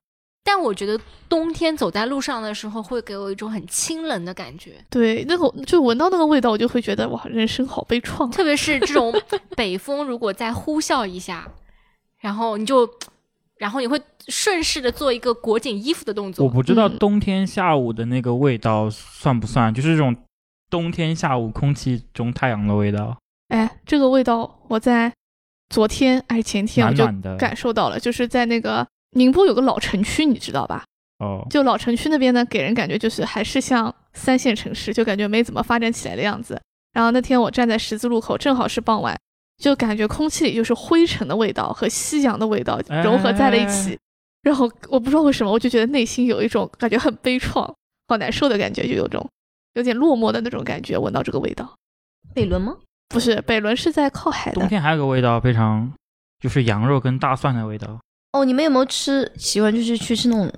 A: 但我觉得冬天走在路上的时候，会给我一种很清冷的感觉，
B: 对那个就闻到那个味道，我就会觉得哇，人生好悲怆啊。
A: 特别是这种北风如果再呼啸一下，然后你就，然后你会顺势的做一个裹紧衣服的动
D: 我
A: 作。
D: 不知道
B: 嗯
D: 冬天下午的那个味道算不算，就是这种冬天下午空气中太阳的味道，
B: 哎，这个味道我在昨天还是前天我
D: 暖
B: 就
D: 暖的。
B: 感受到了，就是在那个宁波有个老城区，你知道吧？
D: 哦，
B: 就老城区那边呢，给人感觉就是还是像三线城市，就感觉没怎么发展起来的样子。然后那天我站在十字路口，正好是傍晚，就感觉空气里就是灰尘的味道和夕阳的味道融合在了一起。然后我不知道为什么，我就觉得内心有一种感觉很悲怆、好难受的感觉，就有种有点落寞的那种感觉。闻到这个味道，
C: 北仑吗？
B: 不是北仑是在靠海
D: 冬
B: 的，
D: 天还有个味道非常，就是羊肉跟大蒜的味道。
C: 哦，你们有没有吃喜欢就是去吃那种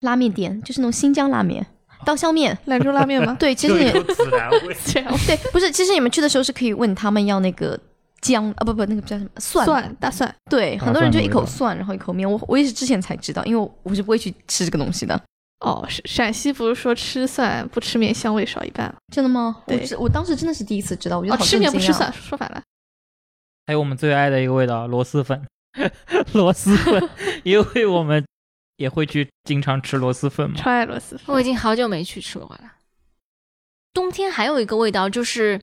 C: 拉面店，就是那种新疆拉面、刀削面？
B: 兰州拉 面吗？
C: 对，其实你
D: 孜然味
B: 这样
C: 对，不是，其实你们去的时候是可以问他们要那个姜啊，不不，那个叫什么蒜
B: 蒜大蒜，
C: 对，
D: 大
C: 很多人
D: 啊蒜
C: 就
D: 的
C: 一
D: 味
C: 口
D: 道
C: 蒜，然后一口面。我我也是之前才知道，因为我我是不会去吃这个东西的。
B: 哦，陕陕西不是说吃蒜不吃面香味少一半吗？
C: 真的吗？我
B: 对
C: 只我当时真的是第一次知道，我觉得
B: 哦，
C: 好
B: 吃面不
C: 震惊
B: 吃
C: 啊
B: 蒜，说反了。
D: 还有我们最爱的一个味道，螺蛳粉。 螺蛳粉，因为我们也会去经常吃螺蛳粉嘛。
B: 超爱螺蛳粉。
A: 我已经好久没去吃过了。冬天还有一个味道就是，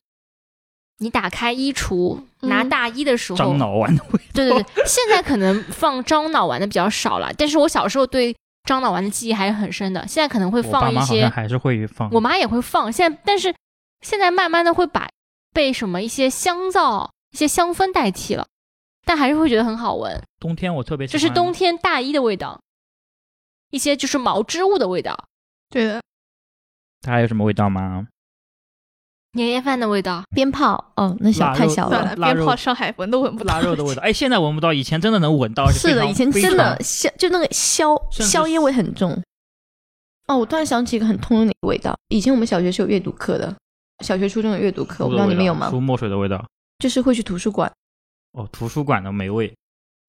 A: 你打开衣橱、
B: 嗯
A: 拿大衣的时候
D: 樟，脑丸的味道，
A: 对对对，现在可能放樟脑丸的比较少了，但是我小时候对樟脑丸的记忆还是很深的。现在可能会
D: 我爸
A: 放一
D: 妈好像
A: 些，
D: 还是会放。
A: 我妈也会放。现在但是现在慢慢的会把被什么一些香皂、一些香氛代替了，但还是会觉得很好闻，
D: 冬天我特别喜
A: 这
D: 欢，
A: 是冬天大衣的味道，一些就是毛织物的味道，
B: 对的，
D: 它还有什么味道吗？
A: 年夜饭的味道。
C: 鞭炮，哦，那小
D: 腊
C: 太
D: 肉
C: 小
B: 算
C: 了。
B: 了，
D: 腊
B: 鞭
D: 肉
B: 炮上海闻都闻不到
D: 腊肉的味道，哎，现在闻不到，以前真的能闻到。
C: 是的，以前真的香，就那个硝
D: 甚至
C: 硝烟味很重。哦，我突然想起一个很通用的一个味道，以前我们小学是有阅读课的，小学、初中有阅读课，我不知道你们有吗
D: 出？墨水的味道，
C: 就是会去图书馆，
D: 哦，图书馆的霉味，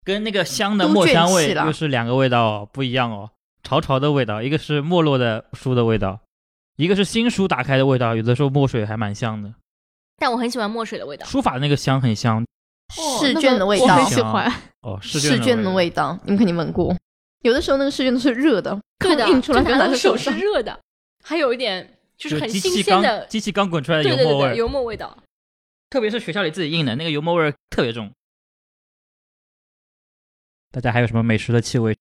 D: 跟那个香
C: 嗯
D: 的
C: 都
D: 墨
C: 卷
D: 香
C: 起
D: 味
C: 了
D: 又是两个味道哦，不一样哦。潮潮的味道，一个是没落的书的味道，一个是新书打开的味道。有的时候墨水还蛮香的，
A: 但我很喜欢墨水的味道。
D: 书法的那个香很香
C: 试卷的味
B: 我
C: 道
B: 很，喜欢。
D: 哦，试
C: 试卷
D: 卷
C: 的
D: 味
C: 味道，你们肯定闻过。有的时候那个试卷都是热的，
A: 对的，
C: 刚印出来
A: 就
C: 就
A: 拿
C: 拿
A: 到
C: 在手
A: 手是
C: 上，
A: 热的，还有一点就
D: 就是
A: 很
D: 机
A: 新
D: 器
A: 鲜
D: 刚
A: 的，
D: 机器刚滚出来的
A: 对
D: 油
A: 对
D: 墨味
A: 对
D: 儿
A: 对，油墨味道。
D: 特别是学校里自己印的那个油墨味儿特别重。大家还有什么美食的气味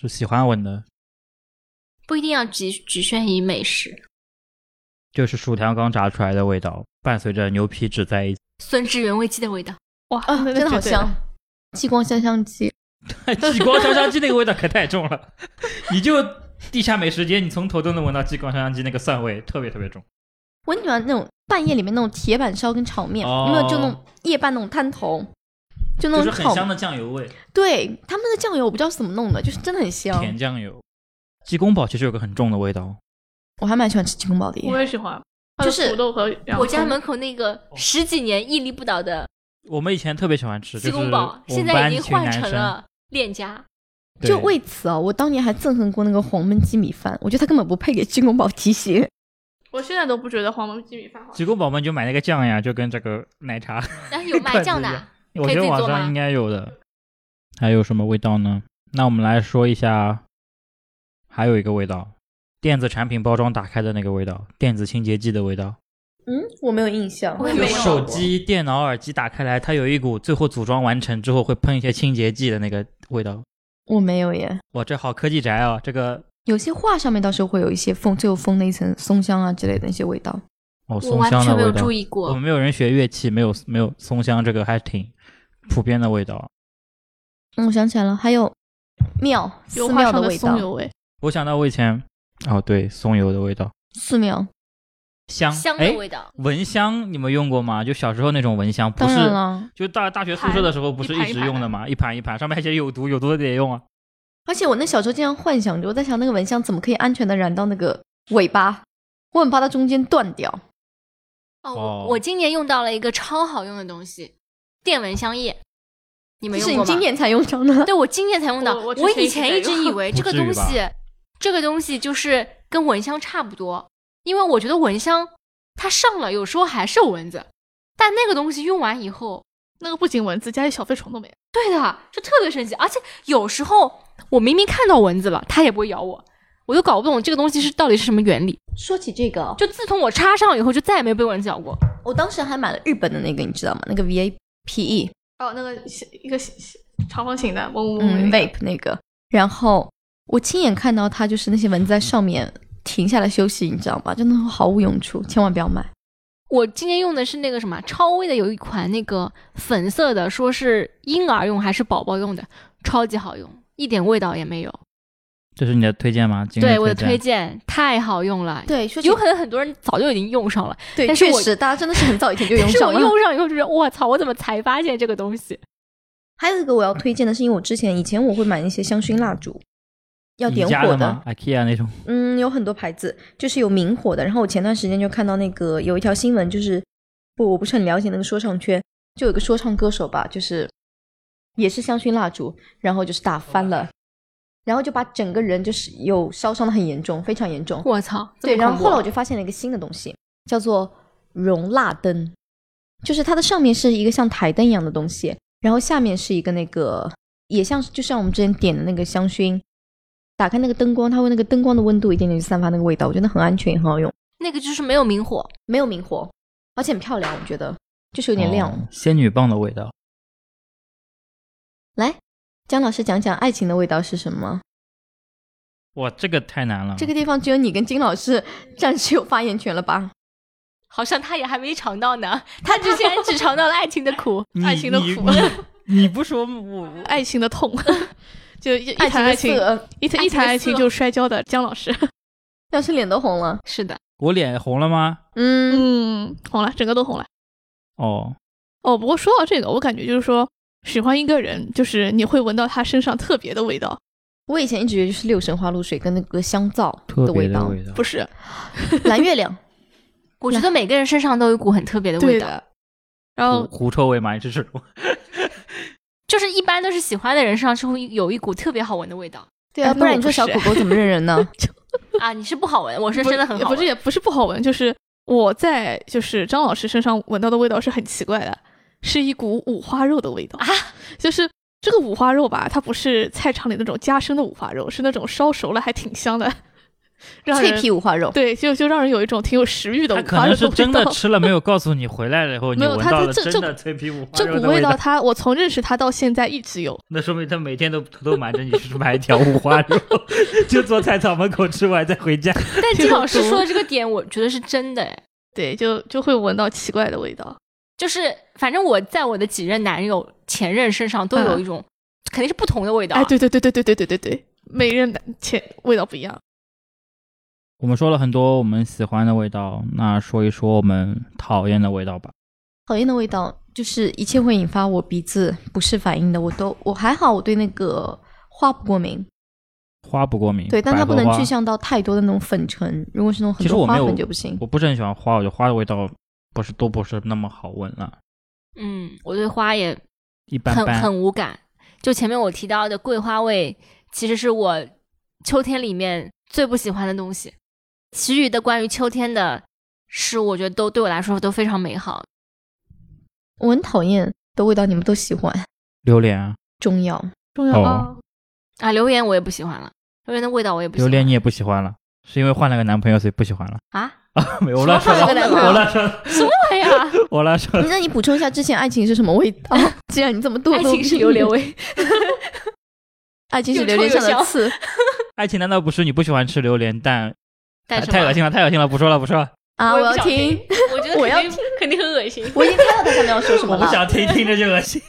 D: 是喜欢闻的？
A: 不一定要局局限于美食。
D: 就是薯条刚炸出来的味道，伴随着牛皮纸在一起，
A: 酸汁原味鸡的味道，
B: 哇，
C: 啊，
B: 那
C: 真的好
B: 绝对了
C: 香！激光香香鸡，
D: 激光香香鸡那个味道可太重了。 你就地下美食街，你从头都能闻到激光香香鸡那个蒜味，特别特别重。
C: 我很喜欢那种半夜里面那种铁板烧跟炒面，
D: 哦
C: 有没有？就那种夜半那种摊头，就那
D: 就
C: 种
D: 是很
C: 炒
D: 香的酱油味，
C: 对他们那个酱油我不知道是怎么弄的，就是真的很香。
D: 甜酱油。鸡公煲其实有个很重的味道，
C: 我还蛮喜欢吃鸡公煲的
B: 我
C: 耶，
B: 也喜欢，它
C: 就
B: 的
C: 是
B: 土豆和洋
A: 我家
B: 葱
A: 门口那个
D: 哦
A: 十几年屹立不倒的
D: 我们以前特别喜欢吃，
A: 鸡
D: 就是我
A: 公煲，现
D: 们
A: 在
D: 班
A: 已
D: 一
A: 经
D: 群
A: 换
D: 男
A: 成
D: 生，
A: 了链家。
D: 对
C: 就为此啊，我当年还憎恨过那个黄焖鸡米饭，我觉得它根本不配给鸡公煲提鞋。
B: 我现在都不觉得黄焖鸡米饭好吃。
D: 鸡公煲我们就买那个酱呀，就跟这个奶茶，
A: 但是 有
D: 筷
A: 卖
D: 子
A: 酱的
D: 一样
A: 啊，
D: 我
A: 可以
D: 觉
A: 自
D: 得
A: 己
D: 网
A: 做
D: 上
A: 吗
D: 应该有的。还有什么味道呢？那我们来说一下，还有一个味道，电子产品包装打开的那个味道，电子清洁剂的味道。
C: 嗯，我没有印象
A: 我也
D: 就
A: 没有
D: 手机、电脑、耳机打开来，它有一股最后组装完成之后会喷一些清洁剂的那个味道。
C: 我没有耶。
D: 哇，这好科技宅啊！这个
C: 有些画上面到时候会有一些封，最后封了一层松香啊之类的一些味道。
D: 哦，
A: 我
D: 松
A: 完
D: 香
A: 全
D: 的
A: 没有
D: 味道
A: 注。意
D: 我
A: 过
D: 们。没有人学乐器，没有没有松香这个还挺普遍的味道。啊
C: 嗯，我想起来了，还有庙
B: 油
C: 寺
B: 画
C: 庙
B: 上
C: 味
B: 松
C: 道，
B: 油味，
D: 我想到我以前哦，对，松油的味道，
C: 寺庙
D: 香
A: 香
D: 哎
A: 的味道，
D: 蚊香你们用过吗？就小时候那种蚊香，不
C: 当
D: 是
C: 然了。
D: 就大大学宿舍的时候不是一直用的吗？一盘一盘，上面还写有毒，有毒的得用啊。
C: 而且我那小时候经常幻想着，我在想那个蚊香怎么可以安全的染到那个尾巴，我很怕它中间断掉。
A: 哦，
D: 哦
A: 我我今年用到了一个超好用的东西，电蚊香液，你们
C: 就
A: 用
C: 是
A: 过
C: 你
A: 吗？
C: 今年才用上的，
A: 对我今年才用到，
B: 我
A: 我
B: 我
A: 以
B: 之前一直
A: 前
B: 在
A: 一直
B: 用
A: 以为这
D: 不
A: 个
D: 至于
A: 东西，这个东西就是跟蚊香差不多，因为我觉得蚊香它上了有时候还是有蚊子，但那个东西用完以后，
B: 那个不仅蚊子，家里小飞虫都没有。
A: 对的，就特别神奇，而且有时候我明明看到蚊子了，它也不会咬我。我都搞不懂这个东西是到底是什么原理。
C: 说起这个，
A: 就自从我插上以后，就再也没被蚊子咬过。
C: 我当时还买了日本的那个，你知道吗？那个 VAPE，
B: 哦，那个小一个小小长方形的，嗡嗡嗡
C: 嗯
B: 嗡。
C: ，vape 那个。然后我亲眼看到它，就是那些蚊子在上面停下来休息，你知道吗？真的毫无用处，千万不要买。
A: 我今天用的是那个什么超威的，有一款那个粉色的，说是婴儿用还是宝宝用的，超级好用，一点味道也没有。
D: 这是你的推荐吗？今日
A: 对我的推
D: 推荐，
A: 荐太好用了，
C: 对，说
A: 有可能很多人早就已经用上了，
C: 对，
A: 但是
C: 确
A: 我
C: 实，大家真的是很早以前就用
A: 但是
C: 上
A: 我
C: 了。
A: 用上以后就是我操，我怎么才发现这个东西？
C: 还有一个我要推荐的是，因为我之前以前我会买一些香薰蜡烛，要
D: 宜
C: 点
D: 家
C: 火
D: 吗？IKEA 那种。
C: 嗯，有很多牌子，就是有明火的。然后我前段时间就看到那个有一条新闻，就是不，我不是很了解那个说唱圈，就有个说唱歌手吧，就是也是香薰蜡烛，然后就是打翻了，然后就把整个人就是有烧伤的很严重，非常严重。
A: 我操，
C: 对，然后
B: 啊
C: 后来我
A: 就
C: 就发现了一个新的东西，叫做熔蜡灯，就是它的上面是一个像台灯一样的东西，然后下面是一个那个也像就像我们之前点的那个香薰，打开那个灯光，它会那个灯光的温度一点点去散发那个味道，我觉得很安全也很好用，
A: 那个就是没有明 火，
C: 没有明火，而且很漂亮，我觉得就是有点亮。
D: 哦仙女棒的味道。
C: 来，姜老师讲讲爱情的味道是什么？
D: 哇，这个太难了。
C: 这个地方只有你跟金老师 暂时有发言权了吧？
A: 好像他也还没尝到呢，他之前只尝到了爱情的苦。
D: 你
B: 爱情的苦
D: 你你你不说我我
B: 爱情的 痛，就一一
C: 爱
B: 谈爱情
C: 情，的色，
B: 一谈一谈爱情就摔跤的姜老师。
C: 要是脸都红了，
A: 是的，
D: 我脸红了吗？
C: 嗯
B: 嗯，红了，整个都红了。
D: 哦，
B: 哦，不过说到这个，我感觉就是说，喜欢一个人，就是你会闻到他身上特别的味道，
C: 我以前一直觉得就是六神花露水跟那个香皂
D: 特
C: 的
D: 别的
C: 道，
D: 味道
B: 不。是
C: 蓝月亮。
A: 我觉得每个人身上都有一股很特别的味
B: 对
A: 道，
B: 的。然后
D: 狐狐臭味吗？这是
A: 就是一般都是喜欢的人身上是会有一股特别好闻的味道
C: 对
B: 哎
C: 啊，
B: 那
C: 不然
B: 我
C: 你说
B: 不
C: 小
B: 是
C: 狗狗怎么认人呢？
A: 啊。你是不好闻，我是
B: 不
A: 真的很好
B: 不
A: 闻。
B: 是也不是不好闻，就是我在就是张老师身上闻到的味道是很奇怪的，是一股五花肉的味道
A: 啊，
B: 就是。这个五花肉吧，它不是菜场里那种加生的五花肉，是那种烧熟了还挺香的，让
C: 脆
B: 人
C: 皮五花肉，
B: 对，就就让人有一种挺有食欲的
D: 他
B: 五
D: 可
B: 花肉
D: 能是真的
B: 的味道。
D: 吃了，没有告诉你，回来了以后你
B: 没有
D: 闻
B: 他
D: 到
B: 他
D: 了
B: 这
D: 真
B: 这
D: 的脆皮五花
B: 这
D: 肉
B: 股
D: 的味
B: 味
D: 道
B: 道，，它我从认识它到现在一直有。
D: 那说明他每天都偷偷瞒着你去买一条五花肉， 就坐菜场门口吃完再回家。
A: 但金老师说的这个 点，我觉得是真的哎，
B: 对，就就会闻到奇怪的味道。
A: 就是反正我在我的几任男友、前任身上都有一种，肯定是不同的味道啊。
B: 哎，对对对对对对对对对，每人的前味道不一样。
D: 我们说了很多我们喜欢的味道，那说一说我们讨厌的味道吧。
C: 讨厌的味道，就是一切会引发我鼻子不适反应的，我都我还好，我对那个花不过敏，
D: 花不过敏，
C: 对，但它
D: 百
C: 不
D: 合
C: 能
D: 花
C: 具象到太多的那种粉尘，如果是那种
D: 其
C: 很
D: 实我
C: 多花
D: 没有
C: 粉就不行。
D: 我不是很喜欢花，我觉得花的味道不是都不是那么好闻了，
A: 嗯，我对花也
D: 一般
A: 很
D: 般。
A: 很无感。就前面我提到的桂花味，其实是我秋天里面最不喜欢的东西。其余的关于秋天的事，我觉得都对我来说都非常美好。
C: 我很讨厌的味道，你们都喜欢
D: 榴莲啊，
C: 中 药，
B: 重要
D: 哦
B: 啊，
A: 啊，榴莲我也不喜欢了，榴莲的味道我也不喜
D: 榴
A: 欢。
D: 莲你也不喜欢了，是因为换了个男朋友所以不喜欢了？
A: 啊，
D: 没有，我
A: 什么
D: 乱说
A: 换了个男朋
D: 的，
A: 友
D: 我乱说的，
A: 什么玩 意儿啊？
D: 我乱说的。
C: 那你补充一下之前爱情是什么味 道？既然你这么多，
A: 爱情是榴莲味，
C: 爱情是榴莲上的刺。
D: 爱情难道不是你不喜欢吃榴莲但
A: 但
D: 太
A: 是
D: 太恶心了，太恶心了，不说了，不说了，
C: 啊！我
A: 我
C: 要听，，
A: 我觉得
C: 我要
A: 肯定肯定很恶心。
C: 我已经猜到他下面要说什么
D: 我不
C: 了。
D: 想听，听着就恶心。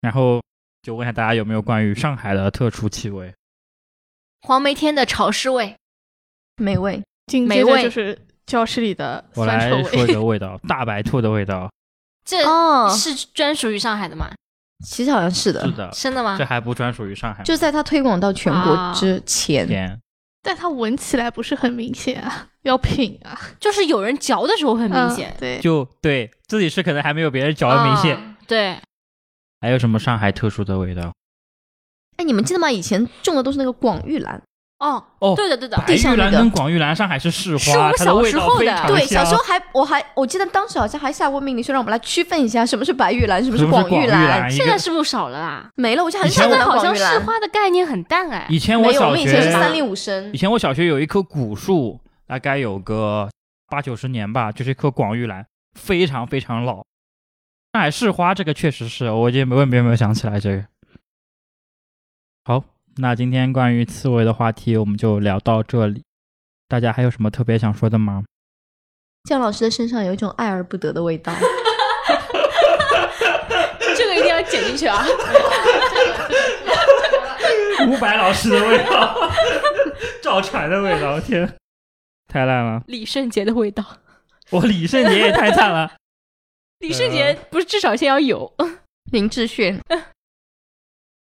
D: 然后就问一下大家有没有关于上海的特殊气味？
A: 黄梅天的潮湿味，
C: 美味，
B: 紧
A: 美
B: 接着
A: 味
B: 就是教室里的
D: 我
B: 酸
D: 来
B: 臭
D: 说一
B: 味。
D: 个味道，大白兔的味道。
A: 这
B: 嗯
C: 哦
A: 是专属于上海的吗？
C: 其实好像是的
D: 是，的，
A: 真的吗
D: 这？还不专属于上海。
C: 就在它推广到全国之前，
D: 甜，
B: 但它闻起来不是很明显啊，要品啊，
A: 就是有人嚼的时候很明
B: 嗯
A: 显，
B: 对，
D: 就对自己是可能还没有别人嚼的明显。
A: 啊对，
D: 还有什么上海特殊的味道？
C: 哎，你们记得吗？以前种的都是那个广玉兰，
A: 哦，
D: 哦
A: 对的对的，
D: 白玉
C: 上那
D: 兰
C: 个
D: 跟广玉兰，上海是市
A: 是我
D: 花，
A: 们
D: 它的味
A: 小时
D: 道
A: 候
D: 非
A: 的
D: 常
C: 对，小
D: 香
C: 时候还我还我记得当时好像还下过命令说让我们来区分一下什么是白玉兰，什么
D: 什么是
C: 广
D: 广玉
C: 兰。
D: 兰？一
A: 现在
D: 个
A: 是不是少了啊啦？
C: 没了，我就很
D: 以前
C: 少
A: 现
D: 我
C: 闻
A: 在
C: 到
A: 好
C: 广
A: 像
C: 玉
A: 市
C: 兰。
A: 花的概念很淡哎，
D: 以前
C: 没有，我
D: 小
C: 们以前是
D: 学啊
C: 三令五申
D: 以。前我小学有一棵古树，大概有个八九十年吧，就是一棵广玉兰，非常非常老。上海市花这个确实是，我已经没问别人有没有想起来这个。好，那今天关于刺猬的话题我们就聊到这里。大家还有什么特别想说的吗？
C: 姜老师的身上有一种爱而不得的味道，
A: 这个一定要剪进去啊！
D: 伍佰老师的味道，赵传的味道，天，太烂了！
A: 李圣杰的味道，
D: 我李圣杰也太惨了。
A: 李圣杰不是至少先要有，
C: 林志炫。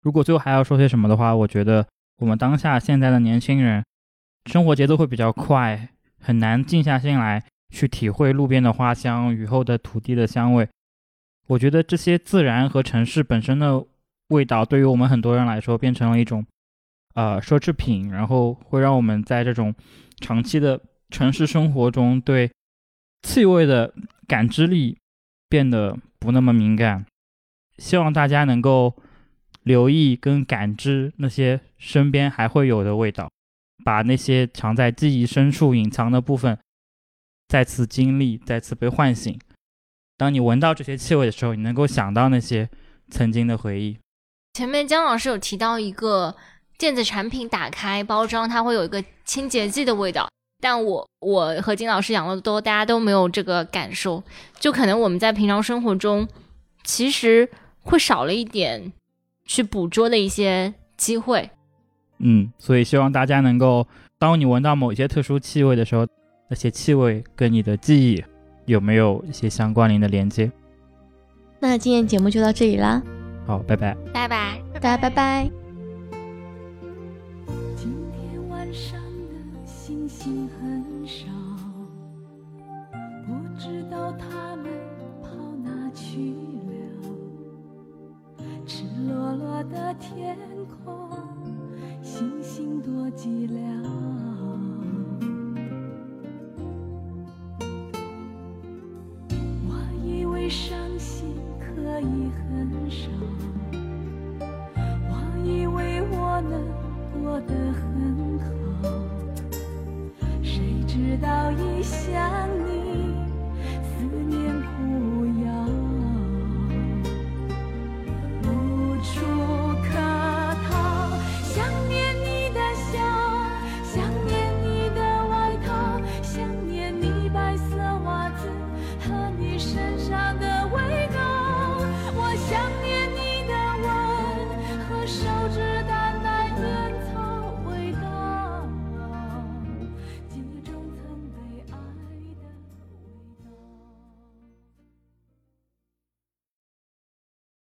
D: 如果最后还要说些什么的话，我觉得我们当下现在的年轻人，生活节奏会比较快，很难静下心来去体会路边的花香、雨后的土地的香味。我觉得这些自然和城市本身的味道，对于我们很多人来说，变成了一种呃奢侈品，然后会让我们在这种长期的城市生活中，对气味的感知力变得不那么敏感。希望大家能够留意跟感知那些身边还会有的味道，把那些藏在记忆深处隐藏的部分再次经历，再次被唤醒。当你闻到这些气味的时候，你能够想到那些曾经的回忆。
A: 前面姜老师有提到一个电子产品打开包装，它会有一个清洁剂的味道，但我我和金老师养乐多，大家都没有这个感受，就可能我们在平常生活中其实会少了一点去捕捉的一些机会。
D: 嗯，所以希望大家能够，当你闻到某些特殊气味的时候，那些气味跟你的记忆有没有一些相关联的连接？
C: 那今天节目就到这里啦，
D: 好，拜拜。
A: 拜拜。
C: 大家拜拜。
E: 今天晚上的星星很少，不知道它们跑哪去了。赤裸裸的天空，星星多寂寥。我以为伤心可以很少。我以为我能过得很好，道一想你，思念苦药，无处可逃。想念你的笑，想念你的外套，想念你白色袜子和你身上的。